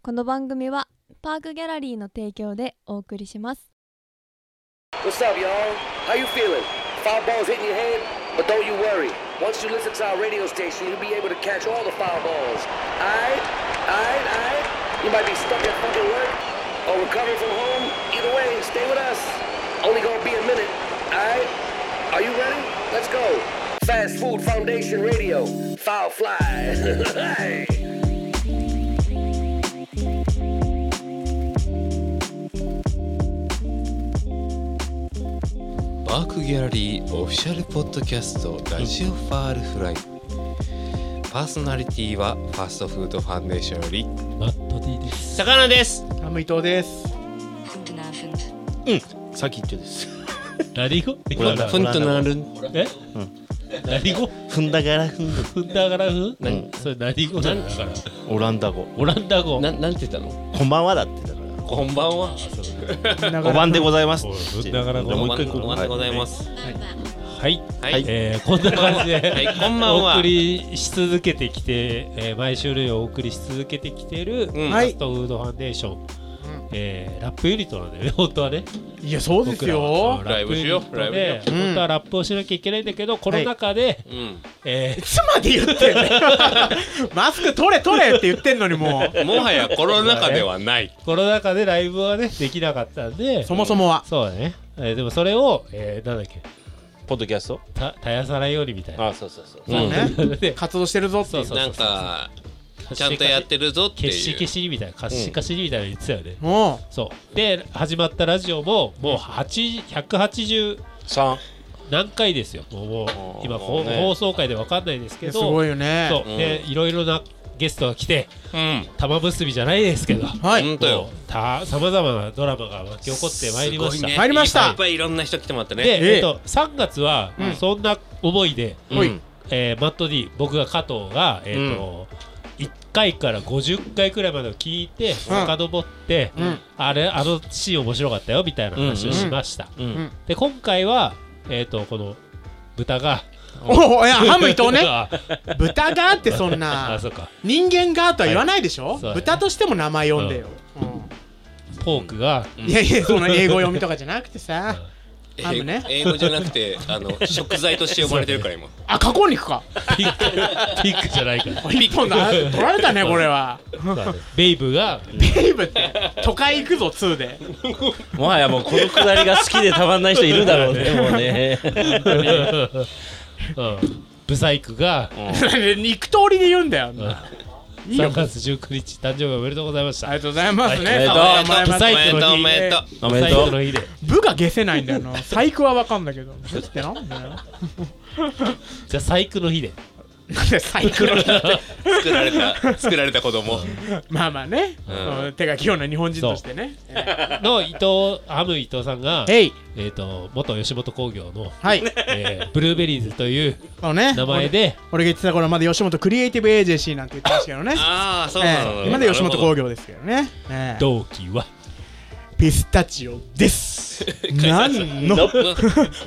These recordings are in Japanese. この番組はパークギャラリーの提供でお送りします。 What's up, y'all? How you feeling? Foul balls hitting your head? But don't you worry. Once you listen to our radio station, you'll be able to catch all the foul balls. Aight? Aight? Aight? You might be stuck at fucking work or recovering from home. Either way, stay with us. Only gonna be a minute. Aight? Are you ready? Let's go. Fast Food Foundation Radio. Foul fly. Hey. バークギャラリーオフィシャルポッドキャストラジオファールフライ、パーソナリティはファストフードファンデーションよりマット D です。魚ですハム伊藤です。 Guten Abend. 先っちょです。何語ほら今のふんとなるえ、何語踏んだから踏んだ。フンダーガラフ何それ何語なのだから。オランダ語。オランダ語。ななんて言ったのこんばんはだってだから。こんばんはお番でございます。おだからじゃあもう一回こんおば晩でございますはい。はい、えー、こんな感じで、はいこんばんはお送りし続けてきて、えー、毎週のようにお送りし続けてきてる、フんァストフードファンデーション、えー、ラップユニットなんだよね、本当はね。いや、そうですよ。ライブしようラップユニットでライブしよううん本当はラップをしなきゃいけないんだけど、コロナ禍で、うんえいつまで言ってんのマスク取れ取れって言ってんのに もう。もはやコロナ禍ではないー、コロナ禍でライブはね、できなかったんで、そもそもは。そうだね、えー、でもそれを、えー、なんだっけポッドキャストた絶やさないようにみたいなあそうそうそううんねで活動してるぞっていうそうそうなんかちゃんとやってるぞってい消うし消しみたいな貸し貸しみたいなの言ってたよね、もそうで始まったラジオももう8 180三何回ですよもうもう今もうね放送回で分かんないですういけやどすごいよね。そうでいろいろなゲストが来てうん玉結びじゃないですけどはい。本当よもうたさまざまなドラマが巻き起こってまいりました、すごいね参りましたいっぱいいろんな人来てもらったねで、えええっと、3月はうんそんな思いで、うんおいえーマット D 僕が加藤が、えーと1回から50回くらいまでを聞いて遡って、うんあれあのシーン面白かったよみたいな話をしました、うんんで今回は、えー、とこの豚がおお、いや、ハム伊 藤ね。あ豚がってそん あな。そうか人間がとは言わないでしいょそうだね豚としても名前呼んでよ。うんポークが、うんいやいや、そんな英語読みとかじゃなくてさ。えハムね英語じゃなくてあの食材として呼ばれてるから今あ、加工肉か。ピ ックピックじゃないから一本 だ。取られたね、これは。そうだねベイブがベイブって都会行くぞ2でもはやもうこのくだりが好きでたまんない人いるだろうねもうね うんブサイクが肉通りで言うんだよあんな3月19日誕生日おめでとうございましたありがとうございますはねお名め前でとうまでおめでとうおめでとおめでとブサイクの日でう部が消せないんだよな細工はわかんだけど部ってなんだよじゃあ細工の日でなんで細工の人ってう作られた作られた子供 まあまあねそう手が器用な日本人としてねの伊藤ハム伊藤さんが、えいえー、と元吉本興業の、はいえーブルーベリーズというそうね名前で俺俺が言ってた頃はまだ吉本クリエイティブエージェンシーなんて言ってましたけどねああそうなのええ今で吉本興業ですけどねええ同期はピスタチオです何の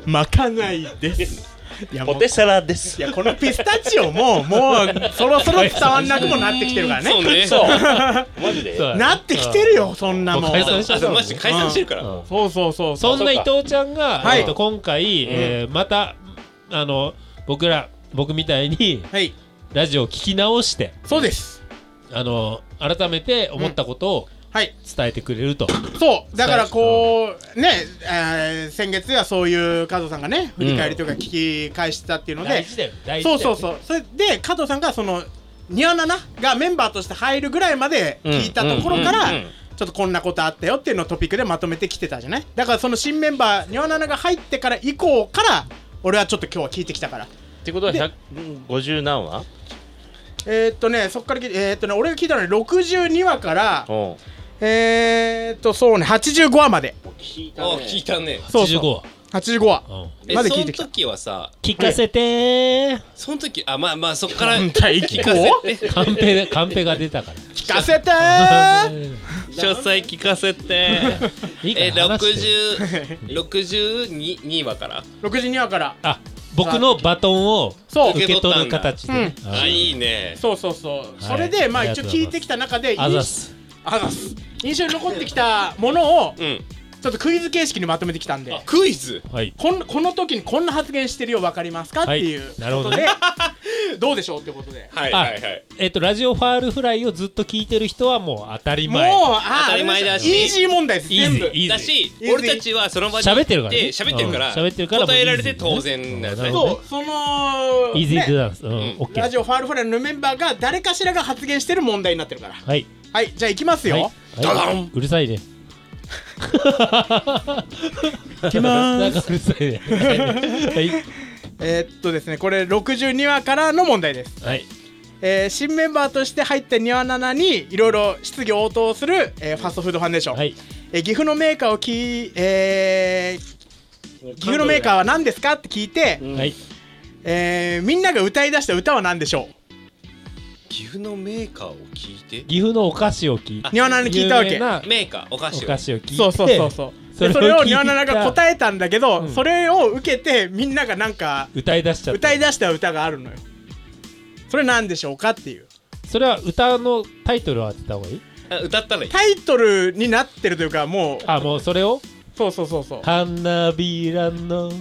まかないですいやもうポテサラですいやこのピスタチオももうそろそろ伝わんなくもなってきてるからそうねねそうマジでなってきてるよそんなもんもう解散しあそうマジで解散してるからうんそうそうそうそそんな伊藤ちゃんが、はいえーと今回、えーまたあの僕ら僕みたいにうはいラジオを聞き直してそうですあの改めて思ったことをはい伝えてくれると、そうだからこうねえー先月はそういう加藤さんがね振り返りというか聞き返してたっていうの大で事だよ大事だそようそうそうそれで加藤さんがそのニアナナがメンバーとして入るぐらいまで聞いたところから、うんうんうんちょっとこんなことあったよっていうのをトピックでまとめてきてたじゃないだからその新メンバーニアナナが入ってから以降から俺はちょっと今日は聞いてきたからってことは150何話えー、っとねそっから聞いてえー、っとね俺が聞いたのは62話からおうえー、っとそうね85話までお聞いたねそう85そはう85話うんえまそで聞のいてきた時はさ聞かせ てーその時あまあまあそっからうん聞第一か項せてカンペカンペが出たから聞かせ てー詳細聞かせていいかえら話して60 62話から62話からあ僕のバトンをそう受け取る受け取ったんだ形でね、あいいねそうそうそう、それでまあ一応聞いてきた中であざっすあざっす印象に残ってきたものをちうんょっとクイズ形式にまとめてきたんでクイズはいこんこの時にこんな発言してるよ分かりますかってはいいうなるほこどとねで どうでしょうってことではいあはいはいえっとラジオファールフライをずっと聞いてる人はもう当たりもう前あ当たり前だしイージー問題ですイー全ジ部ーイーだジーし俺たちはその場に喋ってるからねで喋ってるからうん喋ってるから答えられて当然なやつもねうそうそのイージーねダンスうんオッケラージオファールフライのメンバーが誰かしらが発言してる問題になってるからはいはいじゃあいきますはいよはいうるさいねきますなんかうるさいねはいえーっとですねこれ62話からの問題ですはいえー新メンバーとして入ったニワナナにいろいろ質疑応答する、えーファストフードファンデーション、はいえー岐阜のメーカーをき、えー岐阜のメーカーは何ですかって聞いて、はいえーみんなが歌い出した歌は何でしょ岐阜のメーカーを聞いて岐阜のお菓子を聞いニワナナに聞いたわけ有名なメーカーお菓子おを菓子を聞いてうそうそうそうそうでそれそれをを聞いニたワナナが答えたんだけど、うんそれを受けてみんながなんか歌い出しちゃった歌い出した歌があるのよそれ何でしょうかっていうそれは歌のタイトルを当てた方がいいあ歌ったらいいタイトルになってるというかもうあもうそれをそうそうそうそう花びらの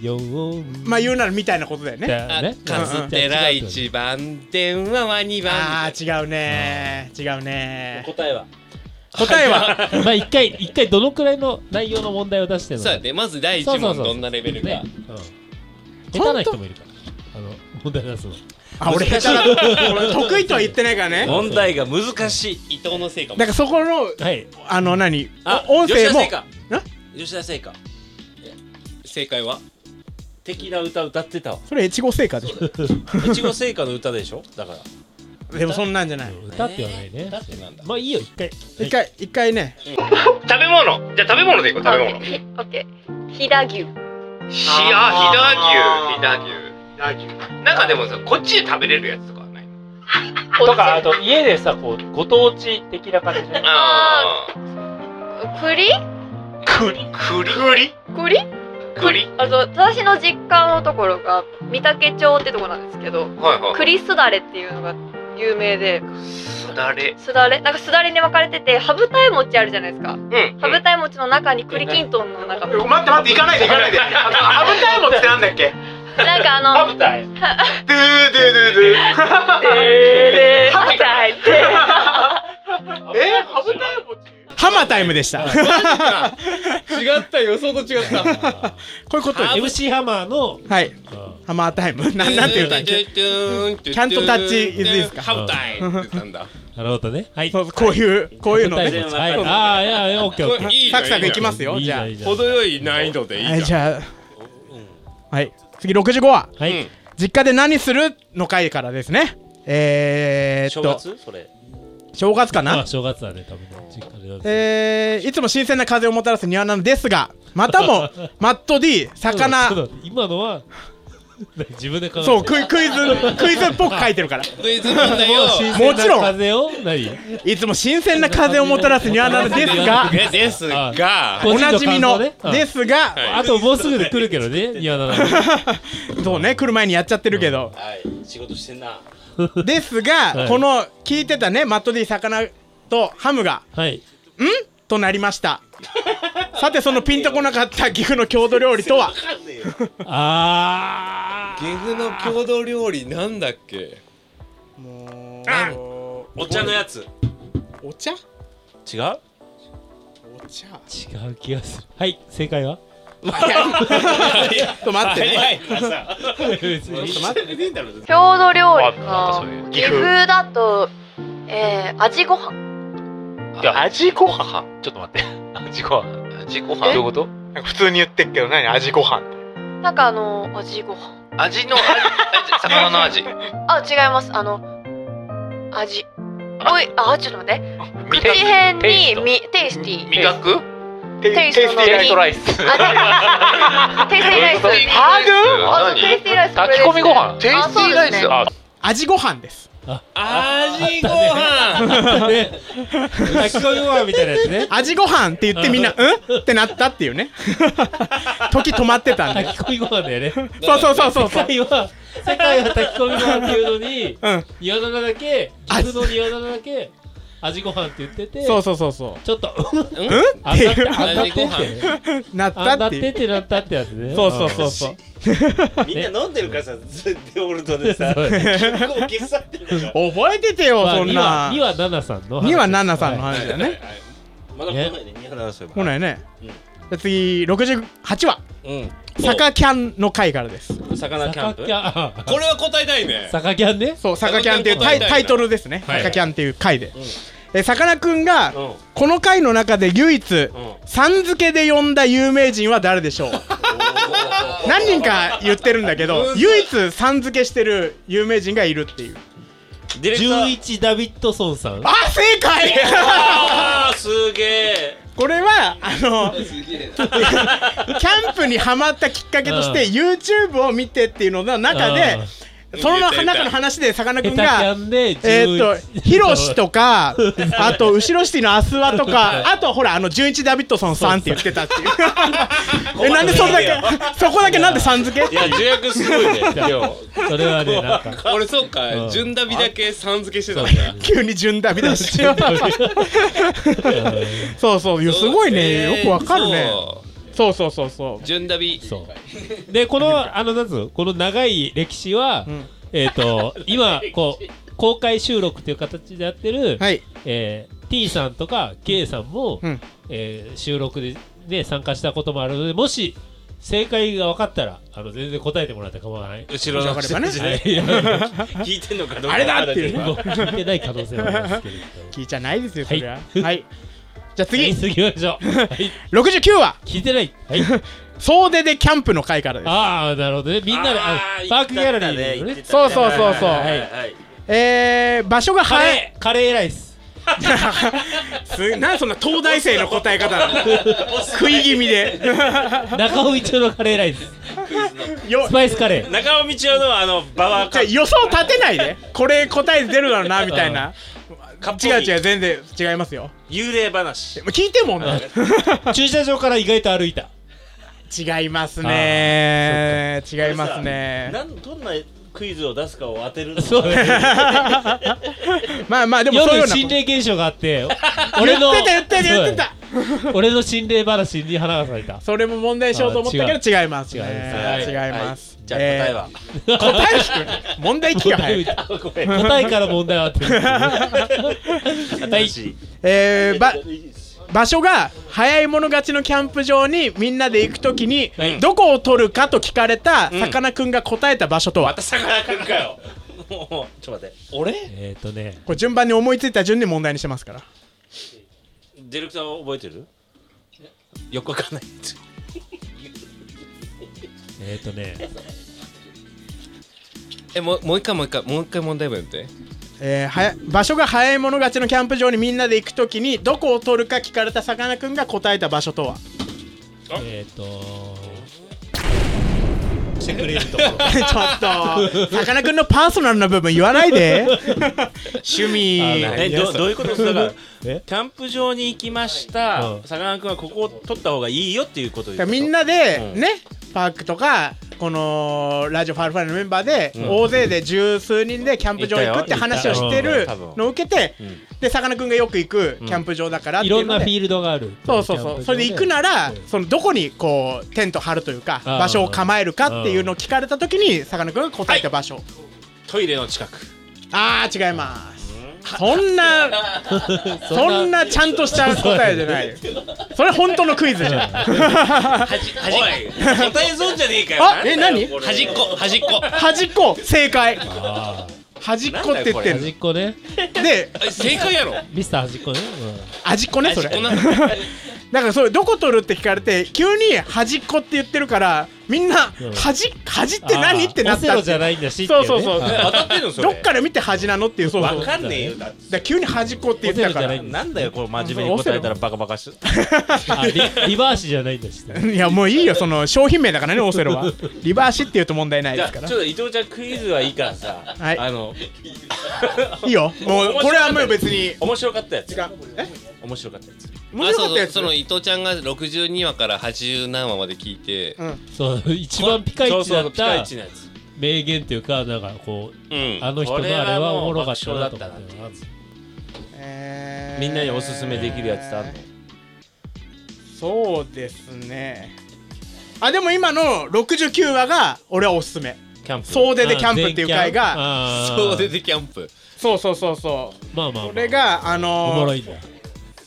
ようまあ言うならみたいなことだよねだよねカステラ一番電話は二番あー違うねー違うねー答えは答えはまあ一回一回どのくらいの内容の問題を出してるのそうやねまず第一そう問そうそうどんなレベルねかうん下手な人もいるからあの問題出すのあ 俺下手だ俺得意とは言ってないからね問題が難しい伊藤のせいかもなんかそこのはいあの何あお音声吉田も製菓吉田製菓正解 は的な歌歌ってたわそれ越後製菓でしいちご製菓の歌でしょだからょでもそんなんじゃない歌ってはないねだってなんだまあいいよ一回一回一回ね食べ物じゃあ食べ物でいこう食べ物オッケー。飛騨牛。ひあ飛騨牛飛騨牛なんかでもさこっちで食べれるやつとかはないのとかあと家でさこうご当地的な感じであ栗栗栗栗栗栗あと、私の実家のところが、三宅町ってとこなんですけど、はいはい栗すだれっていうのが有名で、すだれすだれなんかすだれに分かれてて、羽二重餅あるじゃないですか。うんうん羽二重餅の中に栗きんとんの中の。待って待って行かないで行かない でハブタイムってなんだっけなんかあの、ブタイムドゥドゥドゥドゥえー、羽二重って。えハブタイムハマタイムでした。違った予想と違ったこういうことです。 MC ハマーのはい。ハマータイム。 なんなんていう歌だっけちちゃんとタッチいずいですかハブタイムって なんだなるほどねはいそうこういう、こういうのはね。いああいやいやオッケーオッケーいいじゃサんクサクいきまいすよ。いいじゃあい。いじゃん程よい難易度でいはいい、じじゃんゃあ、はい、次65話、はい、うん実家で何するの回からですね。えー、正っと、月それ正月かあな。正月だね多分ね実家でえー、いつも新鮮な風をもたらす庭なのですが、またも、 マット D、そう魚、だそうだ今のは自分で考えそう、うクイクイズ、クイズっぽく書いてるから。クイズ問題を新も鮮ちなろん風を何いつも新鮮な風をもたらす庭なのですが、えですがおなじみの個人感想ね、うんですが、あともうすぐで来るけどね嫌だなそうね、来る前にやっちゃってるけど、はい仕事してんなですが、はいこの、聞いてたね、マット D、魚とハムが、はいとなりました。さてそのピンとこなかった岐阜の郷土料理とはあ岐阜の郷土料理なんだっけもお茶のやつうお茶違うお茶ー違う気がするはい正解はちょっと待ってい 郷土料理あかそういう。岐岐阜阜だと、えー、味ご飯。いや味ご飯ちょっと待って味ご飯味ご飯えどういこうと普通に言ってっけど何味ご飯なんかあの、味ご飯。味の味魚の味あ、違います。あの、味。おい、あ、ちょっと待って。味口辺テイスにトみテイスティー。味覚テイストのテイストライス。スあテイスティーライス。ハ あそーうテイスティーライス。炊き込みご飯テイスティーライス。あ味ご飯です味ご飯ね炊き込みご飯みたいなやつね味ご飯って言ってみんな「うん?」ってなったっていうね 時止まってたんで炊き込みご飯だよねそうそうそうそうそ世う界は 世界は炊き込みご飯っていうのにうん庭菜だけ岐阜の庭菜だけ味ご飯って言っててそうそうそうそちょっとうん あんなってっていうあんなってって味うなっあたんなっってていうってなったってやつねそうそうそうそうみんな飲んでるからさ、ずっとオルトでさ、そう結ね構消さってるでしょ。覚えててよまあそんな二は二はナナさんの話2はナナさんのはい話だねまだ来ないね、207歳来ないねうんじゃあ次68話うんサカキャンの回からですお魚キャサンカプキャンこれは答えたいねサカキャンねそう、サカキャンっていうタイサカキャンタイトルですね。はいサカキャンっていう回で。え、さかなクンが、うん。この回の中で唯一、さん付けで呼んだ有名人は誰でしょう何人か言ってるんだけど、唯一さん付けしてる有名人がいるっていう。ディレクター。 11ダビッドソンさんあ、正解あーすげえ。 これは、あの、キャンプにハマったきっかけとして、う YouTube を見てっていうのの中で、その中の話でさかなクヘンタキャ、がンで11えー、っと、ヒロシとか、 あと、後ろシティのアスワとか、あと、ほら、あの、純一ダビッドソンさんって言ってたっていう。 え、なんでそれだけ、そこだけなんでさん付けいや、重役すごいね。今日。それはね なん か俺そううかん順ダビだけさん付けしてたんだ急に純ダビだし。そうそう、いやすごいね。よくわかるね。そうそうそうそう。順ダビそうでこのあのなんつうのこの長い歴史は、うんえっ、と今こう公開収録という形でやってる、はい。えー T さんとか K さんも、うんえー収録で、ね、参加したこともあるのでもし正解が分かったらあの全然答えてもらって構わない。後ろのわか ればね人たちはいいや聞いてんのかどうか。あれだっていうねもう聞いてない可能性もありますけれど。聞いちゃないですよ、そはいりゃ。はい。じゃあはい 次、次行きましょう。はい、 69話、聞いてない。 はい、総出でキャンプの回からです。ああ、なるほどね。みんなで、あパークギャラリーでね。行ってた行ってたそうそうそうそうはいはい。えー、場所がカはレー、カレーライス。すなんでそんな東大生の答え方なの食い気味で。中尾一郎のカレーライス。よスパイスカレー。中尾道夫のあのババアじゃカあ予想立てないでこれ答え出るだろうなみたいなカップ違う違うう全然違いますよ幽霊話でも聞いてもんな駐車場から意外と歩いた。違いますね違いますこねれさなんどんなクイズを出すかを当てるのそうね。 まあまあでもそういう夜ような心霊現象があ って、言俺のってた言ってた言ってたそう俺の心霊話に花が咲いた。それも問題にしようと思ったけど違いますね違います違いますじゃあ答えはえー答え聞く問題聞くよ早くあごめん答えから問題はあってる。新 しいえーばいいです場所が早い者勝ちのキャンプ場にみんなで行くときにはいどこを取るかと聞かれたさかなクンが答えた場所とはまたさかなクンかよもうちょっと待って俺えっとね、これ順番に思いついた順で問題にしてますからディレクター覚えてるよくわかんないえっとね、えもうもう一回もう一回もう一回問題文やってえーはや場所が早い者勝ちのキャンプ場にみんなで行くときにどこを取るか聞かれたさかなクンが答えた場所とは えっと、してくれるとちょっと さかなクンのパーソナルな部分言わない で趣味えどどういうことですかだか えらキャンプ場に行きましたうんさかなクンはここを取った方がいいよっていうことですだからみんなでね、パークとかこのラジオファルファイのメンバーで、大勢で十数人でキャンプ場行くって話をしてるのを受けて、でさかなクンがよく行くキャンプ場だからっていいうのろでんなフィールドがある。そうそうそうそれで行 くならそのどこにこうテント張るというかあー場所を構えるかっていうのを聞かれた時にさかなクンが答えた場所、トイレの近くああ違いますそんなそんなちゃんとした答えじゃないそれ本当のクイズじゃおんい答えそうじゃねえかよあえ何端っこ端っこ端っこ正解端っこって言ってん端っこね。のでえ正解やろミスター端っこね。端っこねそれ端っこ だからそれどこ取るって聞かれて急に端っこって言ってるからみんなうん端端って何ってなっオセたロっじゃてないんだし。そうそうそうえ当たってるのそれどっから見て端なのっていうそうそうわかんねえよだってだから急に端っこって言ってたかオセロらじゃなんだよこれ真面目に答えたらバカバカしあリリバーシじゃないんだし。いやもういいよその商品名だからねオセロはリバーシって言うと問題ないじでゃあすちかょっとら伊藤ちゃんクイズはいいからさ、はいあの いいよもうこれはもう別に面白かったや違つうえ面白かったやつ面白かあそうそったやうそつの伊藤ちゃんが62話から80何話まで聞いてそう一番ピカイチだそうそうっピカイたチなやつ名言というかなんかこううんあの人のあれはおもろかったなと思これはもう爆笑だったなっ。ってえみんなにおすすめできるやつってあんのそうですねあでも今の69話が俺はおすすめキャンプ総出でキャンプっていう回ががそう出てキャンプそうそうそうそうまあまあ、まこあ、れがあおものろーいんだ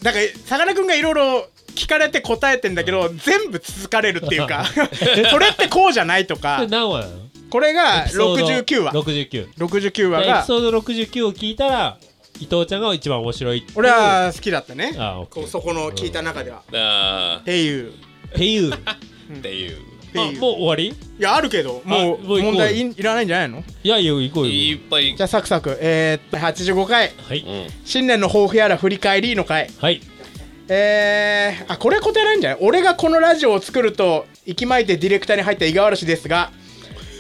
だからさかなクンがいろいろ聞かれて答えてんだけど全部続かれるってい うか それってこうじゃないとこ かれ何話なのこれがエピソード69話69 69話でエピがソード69を聞いたら伊藤ちゃんが一番面白いっていう俺は好きだったねあオッケこーうそこの聞いた中ではあっていうっていうあーっていうっていうもう終わりいやあるけどもうもう行こう問題いいらないんじゃないのいやいや行こうよいっぱいじゃあサクサクえー、っと85回はい、新年の抱負やら振り返りの回はいえー、あこれ答えないんじゃない俺がこのラジオを作ると息巻いてディレクターに入った井川嵐ですが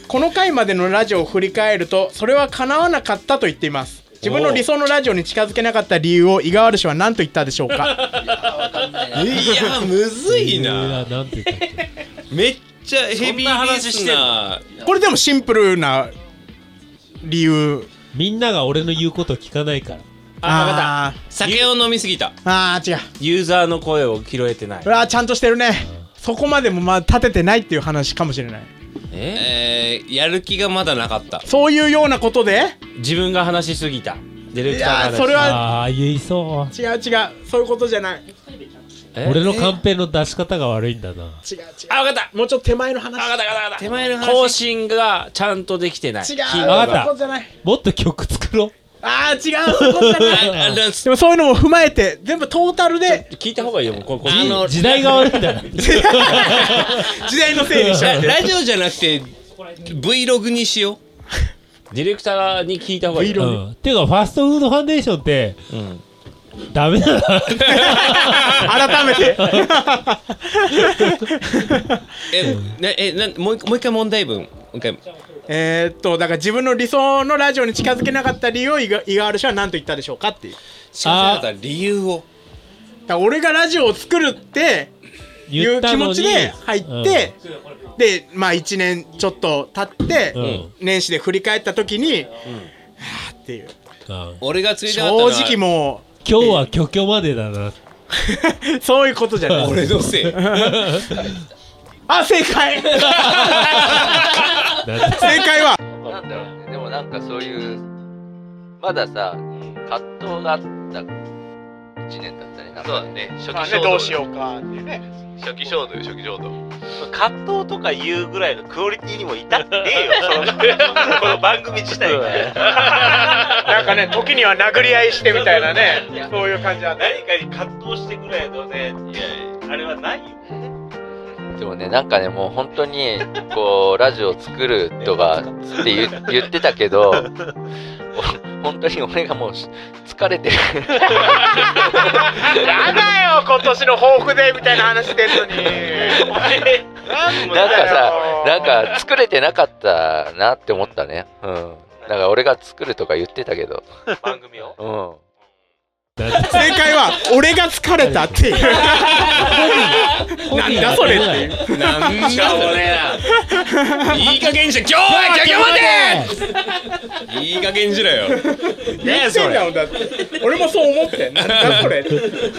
この回までのラジオを振り返るとそれは叶わなかったと言っています自分の理想のラジオに近づけなかった理由を井川嵐は何と言ったでしょうかいやむずいなえーなんて言ったっけめっちゃヘビーリスナこれでもシンプルな理由みんなが俺の言うこと聞かないからああー酒を飲みすぎたーあー違うユーザーの声を拾えてないうわーちゃんとしてるねそこまでもまあ立ててないっていう話かもしれないええーやる気がまだなかったそういうようなことで自分が話しすぎたディレクターがい話やしそれはああ言いそう違う違うそういうことじゃない違うえ俺のカンペの出し方が悪いんだな違うあ分かっもうちょっと手前の話たあ分かった分かった手前の更話新がちゃんとできてない違う頻そ度わがかったういうことじゃないもっと曲作ろうああ違うそういうことじゃないああでもそういうのも踏まえて全部トータルで聞いた方がいいよもうここあの 時代が悪いんだな 時代のせいにしちゃラうラジオじゃなくて Vlog にしよディレクターに聞いた方がいいようんていうかファストフードファンデーションってうんダメだな改めてうえなえなもう一もう一回問題文もう一回えーっとだから自分の理想のラジオに近づけなかった理由をイガイガール氏は何と言ったでしょうかっていう知らなかった理由をだから俺がラジオを作るって い言うった気の持にちで入って、でまあ1年ちょっと経って、うん年始で振り返った時に、はあっていううんうん俺がつい正たかったのは直も今日は虚虚までだなうそういうことじゃない俺のせいあ正解正なんて解はなんだろうね。でもなんかそういう、まださ、葛藤があった一年だったりなんそうだかね、ね初まあ期ね衝ど動うしようかっていうね初期衝動よ初期衝動葛藤とか言うぐらいのクオリティにも至ってねえよ、そのこの番組自体が。なんかね時には殴り合いしてみたいなねいやそういう感じは何かに葛藤してくらいのね、あれはないよ。でもね、なんかね、もう本当に、こう、ラジオ作るとかって 言う言ってたけど、お本当に俺がもうし疲れ てる。やだよ今年の抱負でみたいな話してんのになんなんかさだなよんか作れてなかったなって思ったね。うん。なんか俺が作るとか言ってたけど。番組を正解は俺が疲れたっていう なんだそれっていうなんだそれないい加減にしろ今日はキャキャまでいい加減にしろよ言ってんだもんだって俺もそう思ってなんだそれって